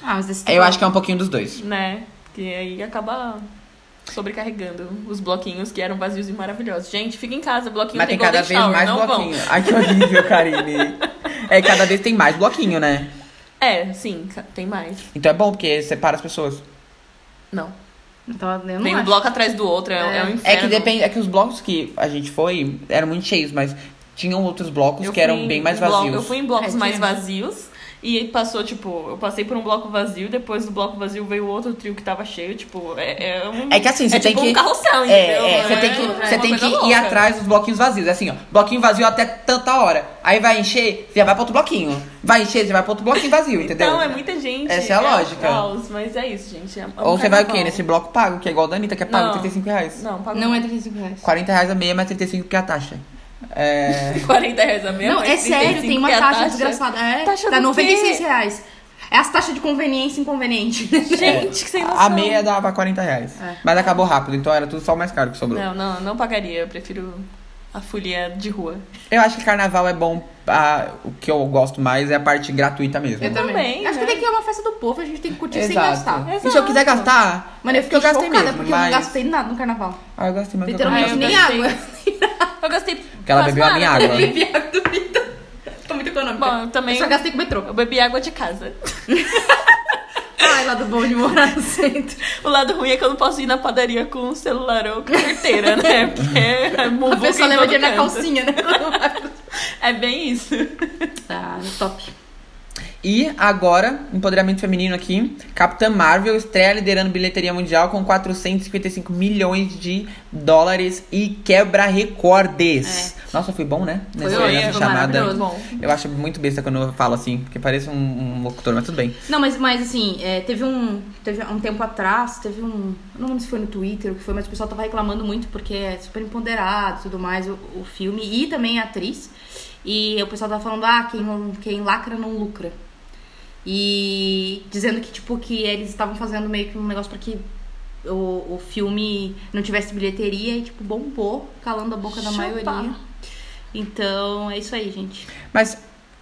B: Ah, mas esse
A: Eu acho que é um pouquinho dos dois.
C: né? Que aí acaba sobrecarregando os bloquinhos que eram vazios e maravilhosos. Gente, fica em casa, bloquinho
A: Mas tem
C: tem
A: cada
C: golden
A: vez
C: shower,
A: mais
C: não vão.
A: bloquinho. Ai, que horrível, Karine. É, cada vez tem mais bloquinho, né?
C: É, sim, ca- tem mais.
A: Então é bom, porque separa as pessoas.
C: Não.
B: Então, eu não
C: Tem um
B: acho.
C: bloco atrás do outro, é, é. um
A: É
C: inferno.
A: que depende. É que os blocos que a gente foi eram muito cheios, mas tinham outros blocos
C: Eu
A: que
C: fui
A: eram
C: em
A: bem mais
C: bloco-
A: vazios.
C: eu fui em blocos
B: É,
C: mais
B: tinha.
C: vazios. E aí passou, tipo, eu passei por um bloco vazio, depois do bloco vazio veio outro trio que tava cheio, tipo, é, é um.
A: É que assim, você
C: é
A: tem
C: tipo
A: que-
C: um carrossel, entendeu?
A: É, é, você
C: Não
A: tem que,
C: uma
A: você tem que
C: coisa
A: ir
C: louca.
A: atrás dos bloquinhos vazios. É Assim, ó, bloquinho vazio até tanta hora. Aí vai encher, você já vai pra outro bloquinho. Vai encher, você vai pra outro bloquinho vazio, entendeu?
C: Então, é muita gente.
A: Essa é a
C: um
A: lógica.
C: caos, mas é isso, gente. é um
A: Ou você vai o quê?
C: carnaval.
A: Nesse bloco pago, que é igual da Anitta, que é pago
C: Não.
A: 35 reais.
C: Não, paga
B: Não é 35 reais.
A: 40 reais a meia, mas 35 que é a taxa. É.
C: 40 reais a menos.
B: Não, é sério, tem uma taxa, desgraçada. É,
C: Taxa
B: dá
C: do
B: 96
C: quê?
B: reais. É as taxas de conveniência e inconveniente.
C: Gente, que sem noção.
A: a meia dava 40 reais.
B: É.
A: Mas acabou rápido, então era tudo só o mais caro que sobrou.
C: Não, não, não pagaria. Eu prefiro a folia de rua.
A: Eu acho que carnaval é bom. ah, o que eu gosto mais é a parte gratuita mesmo.
B: Eu também.
C: Também,
B: acho
C: né? É,
B: que tem que é uma festa do povo, a gente tem que curtir sem
A: Exato.
B: gastar.
A: E se eu quiser gastar.
B: Mano, eu
A: porque
B: fiquei
A: eu gastei
B: chocada
A: mesmo,
B: porque eu
A: mas...
B: não gastei nada no carnaval.
A: Ah, eu gastei mais do que eu
B: Literalmente
A: gastei.
B: nem
C: gastei.
B: água.
C: Eu gastei.
A: Porque ela
C: quase
A: bebeu a
C: nada.
A: minha água. né?
B: Bebi água do Vitor. Tô muito econômica.
C: Bom, eu também.
B: Eu só gastei com metrô.
C: Eu bebi água de casa.
B: Ai, lá do bom de morar no centro.
C: O lado ruim é que eu não posso ir na padaria com o celular ou com a carteira, né? Porque é
B: A
C: muvuca
B: pessoa
C: em
B: leva
C: todo
B: dinheiro na
C: canto.
B: calcinha, né? Quando vai pro-
C: É bem isso.
B: Tá, top.
A: E agora, empoderamento feminino aqui. Capitã Marvel estreia liderando bilheteria mundial com 455 milhões de dólares e quebra recordes. Nossa, foi bom, né?
B: É. Foi ótimo,
A: nessa
B: foi maravilhoso.
E: Bom.
A: Eu acho muito besta quando eu falo assim, porque parece um, um locutor, mas tudo bem.
B: Não, mas, mas assim, é, teve um. Teve um tempo atrás, teve um. eu Não lembro se foi no Twitter o que foi, mas o pessoal tava reclamando muito, porque é super empoderado e tudo mais, o, o filme, e também a atriz. E o pessoal tava falando, ah, quem, não- quem lacra não lucra. E dizendo que, tipo, que eles estavam fazendo meio que um negócio pra que o, o filme não tivesse bilheteria e, tipo, bombou, calando a boca da
E: Chupa.
B: maioria. Então, é isso aí, gente.
A: Mas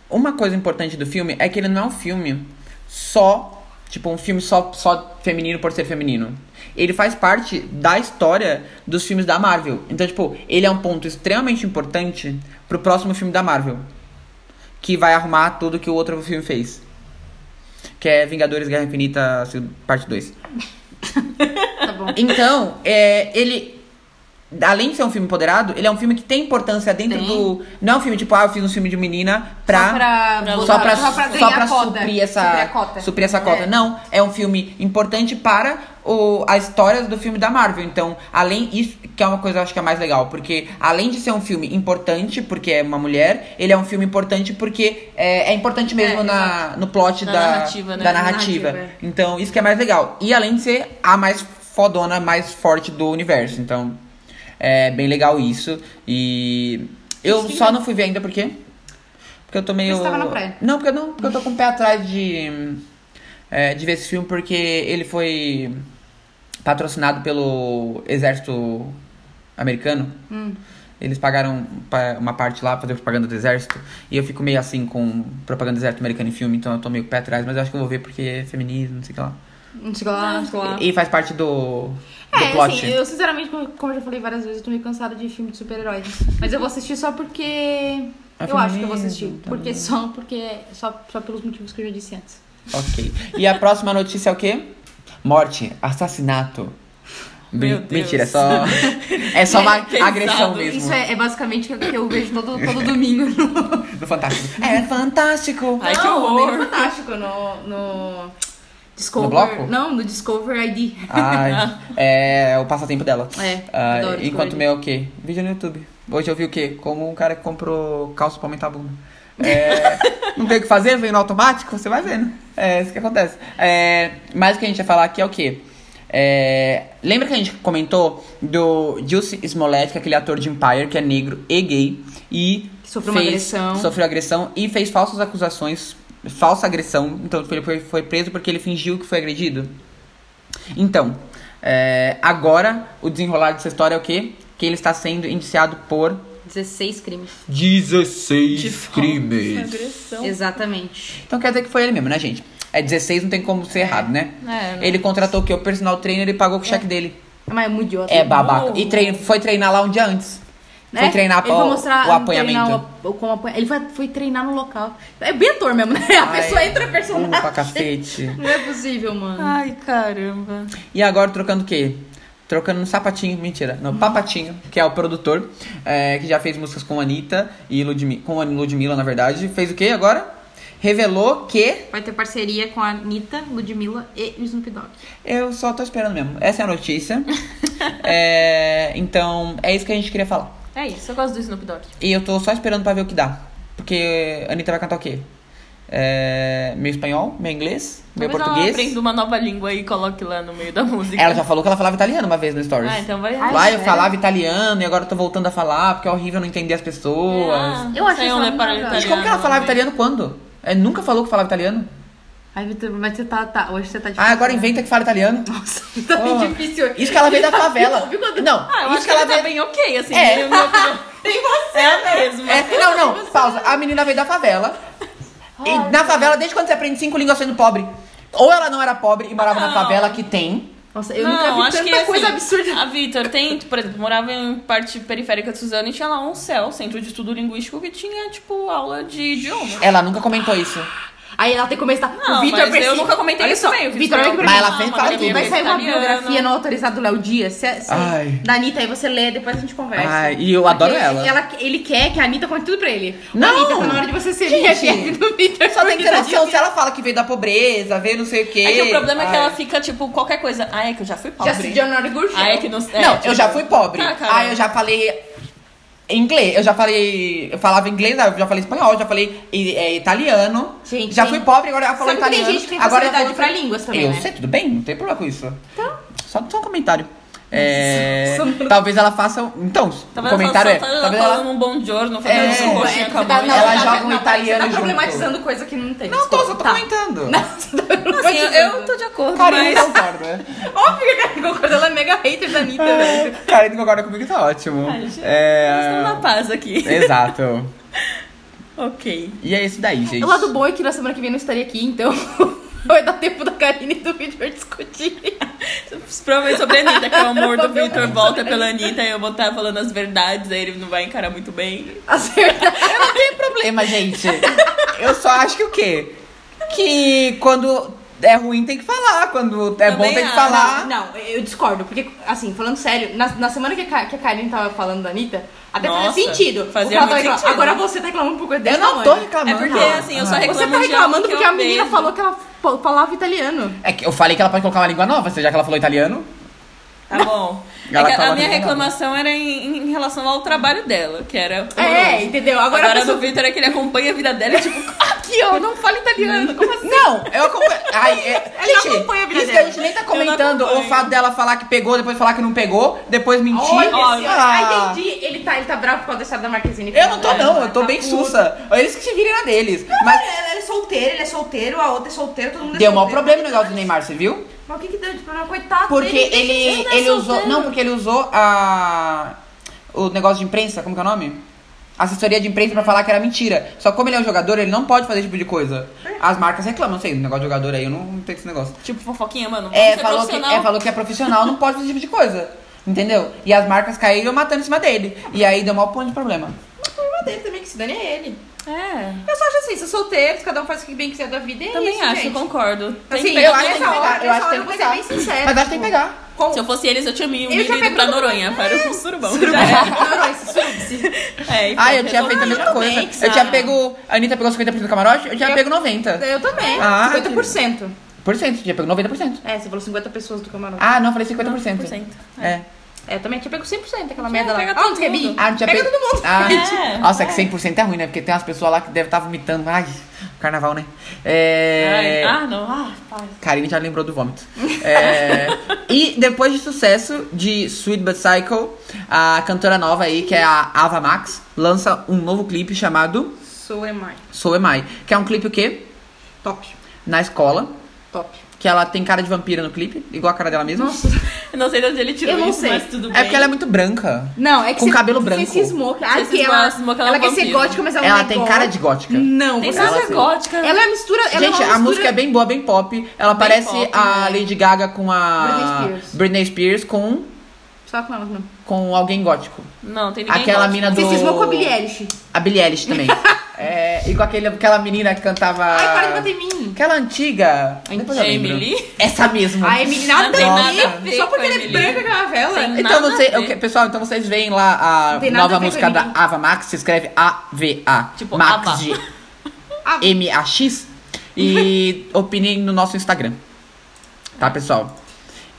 A: uma coisa importante do filme é que ele não é um filme só, tipo, um filme só, só feminino por ser feminino. Ele faz parte da história dos filmes da Marvel. Então, tipo, ele é um ponto extremamente importante pro próximo filme da Marvel. Que vai arrumar tudo que o outro filme fez. Que é Vingadores Guerra Infinita, parte 2.
B: Tá bom.
A: Então, é, ele. Além de ser um filme empoderado, ele é um filme que tem importância dentro
B: Tem.
A: do. Não é um filme tipo, ah, eu fiz um filme de menina pra.
B: Só pra botar-
A: só pra,
B: só pra
A: só
B: ganhar
A: pra
B: cota.
A: suprir essa,
B: Suprir a cota.
A: suprir essa cota.
B: É.
A: Não, é um filme importante para o, a história do filme da Marvel. Então, além isso, que é uma coisa que eu acho que é mais legal, porque além de ser um filme importante, porque é uma mulher, ele é um filme importante porque é, é importante mesmo
B: É,
A: na, no plot da,
C: Da narrativa, né?
A: da narrativa.
B: Narrativa, é.
A: Então, isso que é mais legal. E além de ser a mais fodona, mais forte do universo. Então, é bem legal isso. E eu só não fui ver ainda porque porque eu tô meio
B: Mas tava na praia.
A: Não, porque eu não, porque eu tô com o pé atrás de é, de ver esse filme porque ele foi patrocinado pelo exército americano.
B: Hum.
A: Eles pagaram pa- uma parte lá pra fazer propaganda do exército. E eu fico meio assim com propaganda do exército americano em filme, então eu tô meio com o pé atrás, mas eu acho que eu vou ver porque é feminismo, não sei o que lá.
B: Não chegou lá.
A: E, e faz parte do, do
B: Ah. É,
A: plot.
B: assim, eu sinceramente, como como eu já falei várias vezes, eu tô meio cansada de filme de super-herói. Mas eu vou assistir só porque.
A: É
B: eu acho que eu vou assistir.
A: feminismo
B: Porque
A: também.
B: só, porque só, só pelos motivos que eu já disse antes.
A: Ok. E a próxima notícia é o quê? Morte, assassinato. Brin-
C: Meu Deus.
A: Mentira, é só. É só uma
C: Pesado.
A: agressão mesmo.
B: Isso é, é basicamente o que eu vejo todo, todo domingo no.
A: Do Fantástico. É fantástico!
C: Ai, que
B: Não,
C: horror.
B: meio fantástico no. no... Discover.
A: No bloco? Ah.
B: Não, no Discover ID.
A: Ai, é o passatempo dela.
B: É,
A: Ah,
B: adoro
A: enquanto o
B: escolher.
A: meu é o quê? Vídeo no YouTube. Hoje eu vi o quê? Como um cara que comprou calça pra aumentar a bunda. É, não tem o que fazer, vem no automático, você vai vendo. É isso que acontece. É, mas o que a gente vai falar aqui é o quê? É, lembra que a gente comentou do Juicy Smollett, que é aquele ator de Empire, que é negro e gay. E
B: Que sofreu uma agressão.
A: Sofreu agressão e fez falsas acusações, falsa agressão. Então ele foi, foi preso porque ele fingiu que foi agredido. Então, é, agora o desenrolar dessa história é o quê? Que ele está sendo indiciado por
B: 16 crimes.
A: 16
C: De falsa agressão.
B: Então? Exatamente.
A: Então quer dizer que foi ele mesmo, né, gente? É 16, não tem como ser errado, né?
C: É,
A: Ele contratou o quê? O personal trainer e pagou com o cheque dele.
B: Mas é muito idiota.
A: É babaca.
C: burro.
A: E trein- foi treinar lá um dia antes. Foi
B: É,
A: treinar
B: ele foi
A: o,
B: mostrar,
A: o apanhamento.
B: treinar o- o- como apanha- Ele foi, foi treinar no local. É bem ator mesmo, né? A
A: Ai,
B: pessoa entra
A: burro
B: personagem.
A: Uhum, pra cacete.
B: Não é possível, mano.
C: Ai, caramba.
A: E agora trocando o quê? Trocando no sapatinho, mentira,
B: Uhum.
A: no Papatinho, que é o produtor, é, que já fez músicas com Anitta e Ludmi com a Ludmilla, na verdade. Fez o quê agora? Revelou que.
B: Vai ter parceria com a Anitta, Ludmilla e o Snoop Dogg.
A: Eu só tô esperando mesmo. Essa é a notícia. É, então, é isso que a gente queria falar.
C: É isso, eu gosto do Snoop Dogg.
A: E eu tô só esperando pra ver o que dá. Porque a Anitta vai cantar o quê? É, meu espanhol, meu inglês, meu
C: Talvez ela
A: português.
C: aprenda uma nova língua e coloque lá no meio da música.
A: Ela já falou que ela falava italiano uma vez no Stories.
C: Ah, então vai.
B: Ai,
A: Lá eu
B: sério?
A: falava italiano e agora eu tô voltando a falar porque é horrível não entender as pessoas.
B: Eu acho
C: Saiu,
B: essa
C: né,
B: muito
C: para
B: legal.
A: Mas como que ela
C: Ah,
A: falava italiano quando? É, nunca falou que falava italiano?
B: Ai, Vitor, mas você tá, tá- Hoje você tá difícil.
A: Ah, agora inventa que fala italiano.
B: Nossa, tá bem
A: Porra.
B: difícil.
A: Isso que ela veio da favela. Não,
C: Ah, eu
A: isso
C: acho que ela tá
A: veio.
C: bem ok, assim.
A: É.
C: eu- minha opinião. É a mesma.
A: É, não, não, pausa. A menina veio da favela. E na favela, desde quando você aprende cinco línguas sendo pobre? Ou ela não era pobre e morava na
C: Não.
A: favela que tem.
B: Nossa, eu
C: não,
B: nunca vi
C: acho
B: tanta
C: que,
B: coisa
C: assim,
B: absurda.
C: A Vitor tem, por exemplo, morava em parte periférica de Suzano e tinha lá um CEL, Centro de Estudo Linguístico, que tinha, tipo, aula de idioma.
A: Ela nunca comentou isso.
B: Aí ela tem que começar.
C: Não,
B: o Vitor
C: mas eu
B: Percy-
C: nunca comentei
B: Olha
C: isso
B: só,
C: também, eu fiz
B: Vitor,
C: pra-
B: olha que
A: Mas
B: pergunta.
A: ela fez
C: Uma
A: parte
B: Aqui,
A: do
B: Vai sair uma
C: vegetariana.
B: biografia não autorizada do Léo Dias. Se, se,
A: Ai.
B: Da Anitta, aí você lê, depois a gente conversa.
A: Ai, e eu
B: Porque
A: adoro ela.
B: Ele quer que a Anitta conte tudo pra ele.
A: Não!
B: Anitta, tá na hora de você ser minha chefe do Vitor.
A: Só tem que ter
B: Porque tá
A: noção, se ela fala que veio da pobreza, veio não sei o quê.
C: É que o problema é que
A: ai.
C: ela fica, tipo, qualquer coisa. Ah, é que eu já fui
B: Já
C: pobre.
B: se Leonardo Gurgel.
C: Ah, é que não... é,
A: não,
C: tipo,
A: eu já fui pobre.
C: Ah, cara.
A: ah, eu já falei inglês. Eu já falei. Eu falava inglês, né, eu já falei espanhol, eu já falei i- é, italiano.
B: Gente,
A: já
B: sim.
A: fui pobre, agora eu falo
B: Sabe que tem
A: italiano.
B: gente que tem
A: agora eu
B: facilidade
A: falo-
B: pra línguas também,
A: Eu
B: né?
A: sei, tudo bem, não tem problema com isso. Então. Só, só um comentário. É,
B: Só-
A: talvez ela faça. Então,
C: um Talvez
A: o comentário
C: ela só,
A: é.
C: só,
A: Talvez
C: ela
A: ela.
C: falando um bom giorno, fazendo
A: É,
C: um
A: desculpa,
C: coxinha com a
B: tá-
C: mãe.
B: não,
A: Ela
B: tá-
A: joga um
B: não, peraí,
A: italiano
B: Você tá
A: junto.
B: problematizando coisa que não tem.
A: Não, tô,
B: desculpa.
A: só tô
B: Tá.
A: comentando.
B: Nossa, tá
C: Assim, eu,
B: problematizando.
C: eu tô de acordo,
A: Karine
C: mas...
A: não concorda.
B: Óbvio que a Karine concorda, ela é mega hater da Anitta,
A: É.
B: velho.
A: Karine concorda comigo, tá ótimo.
C: Ai, gente, Nós estamos na
A: é...
C: paz aqui.
A: Exato.
C: ok.
A: E é isso daí, gente.
B: O lado bom é que na semana que vem eu não estaria aqui, então vai dar tempo da Karine e do Vitor discutir.
C: Provavelmente sobre a Anitta, que é o amor do
B: Provavelmente
C: Victor volta pela Anitta e eu vou estar falando as verdades, aí ele não vai encarar muito bem.
B: Acertar.
A: Não tem problema, gente. Eu só acho que o quê? Que quando é ruim tem que falar, quando é
C: Também ah,
A: bom tem que
C: acho.
A: falar.
B: Não, eu discordo, porque, assim, falando sério, na, na semana que a, Ka- que a Karine tava falando da Anitta, até fazia
C: Nossa,
B: sentido.
C: fazia
B: o que ela tava
C: muito
B: reclamando.
C: sentido.
B: Agora você tá reclamando um pouco desse
A: Eu não tô
B: tamanho.
A: reclamando.
C: É porque,
A: não.
C: assim, eu só reclamo
B: Você tá
C: de
B: reclamando
C: algo que
B: porque
C: eu
B: a menina
C: vejo.
B: falou que ela fa- falava italiano.
A: É que eu falei que ela pode colocar uma língua nova, já que ela falou italiano.
C: Tá bom. É que
A: Ela
C: a-
A: fala
C: a minha
A: bem,
C: reclamação era em, em relação ao trabalho dela, que era.
B: É, entendeu? Agora
C: Agora,
B: a pessoa-
C: do Victor é que ele acompanha a vida dela e tipo, aqui ó, não fala italiano. Como assim?
A: Não, eu acompanho. Ai, é...
B: Ela
A: gente,
B: acompanha a vida né?
A: isso que a
B: dela.
A: gente nem tá
C: não
A: comentando o
C: acompanho.
A: fato dela falar que pegou, depois falar que não pegou, depois mentir.
B: Olha,
C: olha.
B: ah, entendi. Ele tá, ele tá bravo por causa da história da Marquezine.
A: Eu não tô, não,
B: Fernandes, né?
A: eu tô
B: Tá
A: bem
B: puto.
A: sussa. Eles que se virem na deles.
B: Mas
A: Mas
B: ele é solteiro, ele é solteiro, a outra é solteira, todo mundo é
A: deu mau
B: solteiro.
A: problema no negócio do Neymar, você viu?
B: Mas o que que deu de problema? Coitado
A: Porque
B: dele,
A: ele, ele,
B: não é
A: usou.
B: solteiro.
A: Não, porque ele usou a. O negócio de imprensa, como que é o nome? Assessoria de imprensa pra falar que era mentira. Só que como ele é um jogador, ele não pode fazer esse tipo de coisa.
B: É.
A: As marcas reclamam, não sei, o negócio de jogador aí, eu não, não tenho esse negócio.
C: Tipo, fofoquinha, mano. vamos
A: É
C: ser
A: falou, que,
C: profissional.
A: é, falou que é profissional, não pode fazer esse tipo de coisa. Entendeu? E as marcas caíram matando em cima dele. E aí deu um maior ponto de problema.
B: Mas É o problema dele também, que se dane é ele.
C: É.
B: Eu só acho assim, são solteiros, cada um faz o que bem quiser da vida e é
C: Também
B: isso,
C: acho,
B: gente.
C: concordo. Tem
B: Assim,
C: que
B: eu
C: pegar
B: acho
C: todo
B: que
C: mundo.
B: essa hora,
A: Eu acho que tem que
B: eu vou ser
A: pegar.
B: bem sincera.
A: Mas acho que tem que pegar.
C: Se eu fosse eles, eu tinha me
B: tinha
C: humilhado
B: pego
C: pra
B: todo mundo.
C: Noronha, para o surubão. Já era.
B: Não, isso surge.
C: É, e
A: Ah,
C: foi
A: eu tinha feito a
C: resolvido.
A: mesma coisa. Eu tinha pego. A Anitta pegou 50% do camarote, eu tinha
B: Eu-
A: pego 90%.
B: Eu também,
A: Ah,
B: 50%.
A: Por cento, tinha pego 90%.
B: É, você falou 50 pessoas do camarote.
A: Ah, não, eu falei 50%.
C: 50%,
A: É.
B: É, eu também tinha pego 100% aquela
C: Tinha,
B: merda lá.
C: pega
B: Ah, onde
C: todo
B: que é
C: mundo.
B: bi?
A: Ah, não tinha
B: Pega
A: pego.
B: todo mundo.
A: Ah,
C: É,
A: Nossa, é que 100% é ruim, né? Porque tem umas pessoas lá que devem estar vomitando. Ai, carnaval, né? É...
C: Ai, ah, não. Ah, pai.
A: Karine já lembrou do vômito. É, E depois de sucesso de Sweet But Psycho, a cantora nova aí, que é a Ava Max, lança um novo clipe chamado
B: Sou é mais.
A: So Am I, que é um clipe o quê?
B: Top,
A: Na escola,
B: top.
A: que ela tem cara de vampira no clipe, igual a cara dela mesma.
B: Nossa.
C: Eu não sei de onde ele tirou
B: Eu não
C: isso,
B: sei.
C: mas tudo bem.
A: É porque ela é muito branca.
B: Não, é que
A: Com
B: você-
A: cabelo
B: você
A: branco.
B: cismou. Ah,
C: Você
B: que
C: cismou,
B: ela,
C: cismou que ela
B: ela
C: é
B: quer ser
C: vampiro.
B: gótica, mas ela,
A: Ela
B: não é
A: tem
B: gótica.
A: cara de gótica.
B: Não,
C: Tem
B: você
A: ela
C: ela
A: assim.
C: gótica.
B: é Ela é mistura. Ela
A: Gente,
B: é uma
A: a música
B: mistura...
A: é bem boa, bem pop. Ela parece
C: pop,
A: a
C: né?
A: Lady Gaga com a
B: Britney Spears.
A: Britney Spears com,
B: Só com ela, não.
A: com alguém gótico.
C: Não, tem ninguém
A: Aquela
C: gótico.
A: mina do.
B: Você cismou com a Billie Eilish.
A: A Billie Eilish também. é, e com aquele, aquela menina que cantava.
B: Ai, para de bater em mim.
A: Aquela antiga.
B: Antiga.
A: Depois eu lembro.
C: Emily?
A: Essa mesmo.
B: A Emily
C: Não
B: nada
C: tem
B: a
C: nada a
B: ver.
C: ver
B: Só
C: com
B: porque
C: a
B: ela é
C: Emily.
B: branca aquela vela.
C: Tem
A: Então
C: nada
A: você,
C: a ver.
A: ok, pessoal, então vocês veem lá a
B: Tem nada a
A: nova
B: ver com
A: música da
B: Emily.
A: Ava Max, se escreve A-V-A,
C: Tipo,
A: Max
C: Ava.
A: de
B: Ava.
A: M-A-X, e opinem no nosso Instagram, tá, pessoal?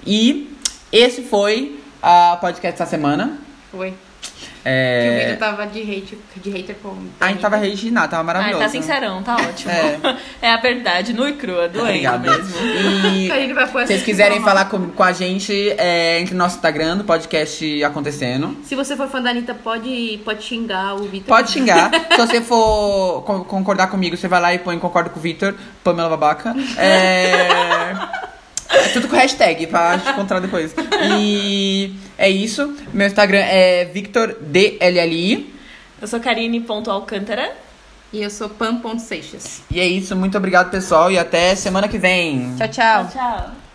A: E esse foi a podcast da semana.
B: Foi. Que o
A: É,
B: vídeo tava de hate, de hater com.
A: a gente tava reginado, tava
C: Ah,
A: maravilhoso.
C: tá sincerão, tá ótimo.
A: né? É.
C: É, a verdade, nua e crua, doente.
A: Obrigado
B: Tá
A: mesmo. E
B: Karine vai pôr
A: se vocês
B: essa
A: quiserem
B: informação.
A: falar com, com a gente, é, entre no nosso Instagram, do podcast Acontecendo.
B: Se você for fã da Anitta, pode, pode xingar o Vitor.
A: Pode xingar. Se você for co- concordar comigo, você vai lá e põe concordo com o Victor, Pamela Babaca. É... é tudo com hashtag, pra te encontrar depois. E é isso. Meu Instagram é VictorDLLI.
C: Eu sou Karine.alcântara.
B: E eu sou Pan.Seixas.
A: E é isso. Muito obrigado, pessoal. E até semana que vem.
B: Tchau, tchau.
C: Tchau.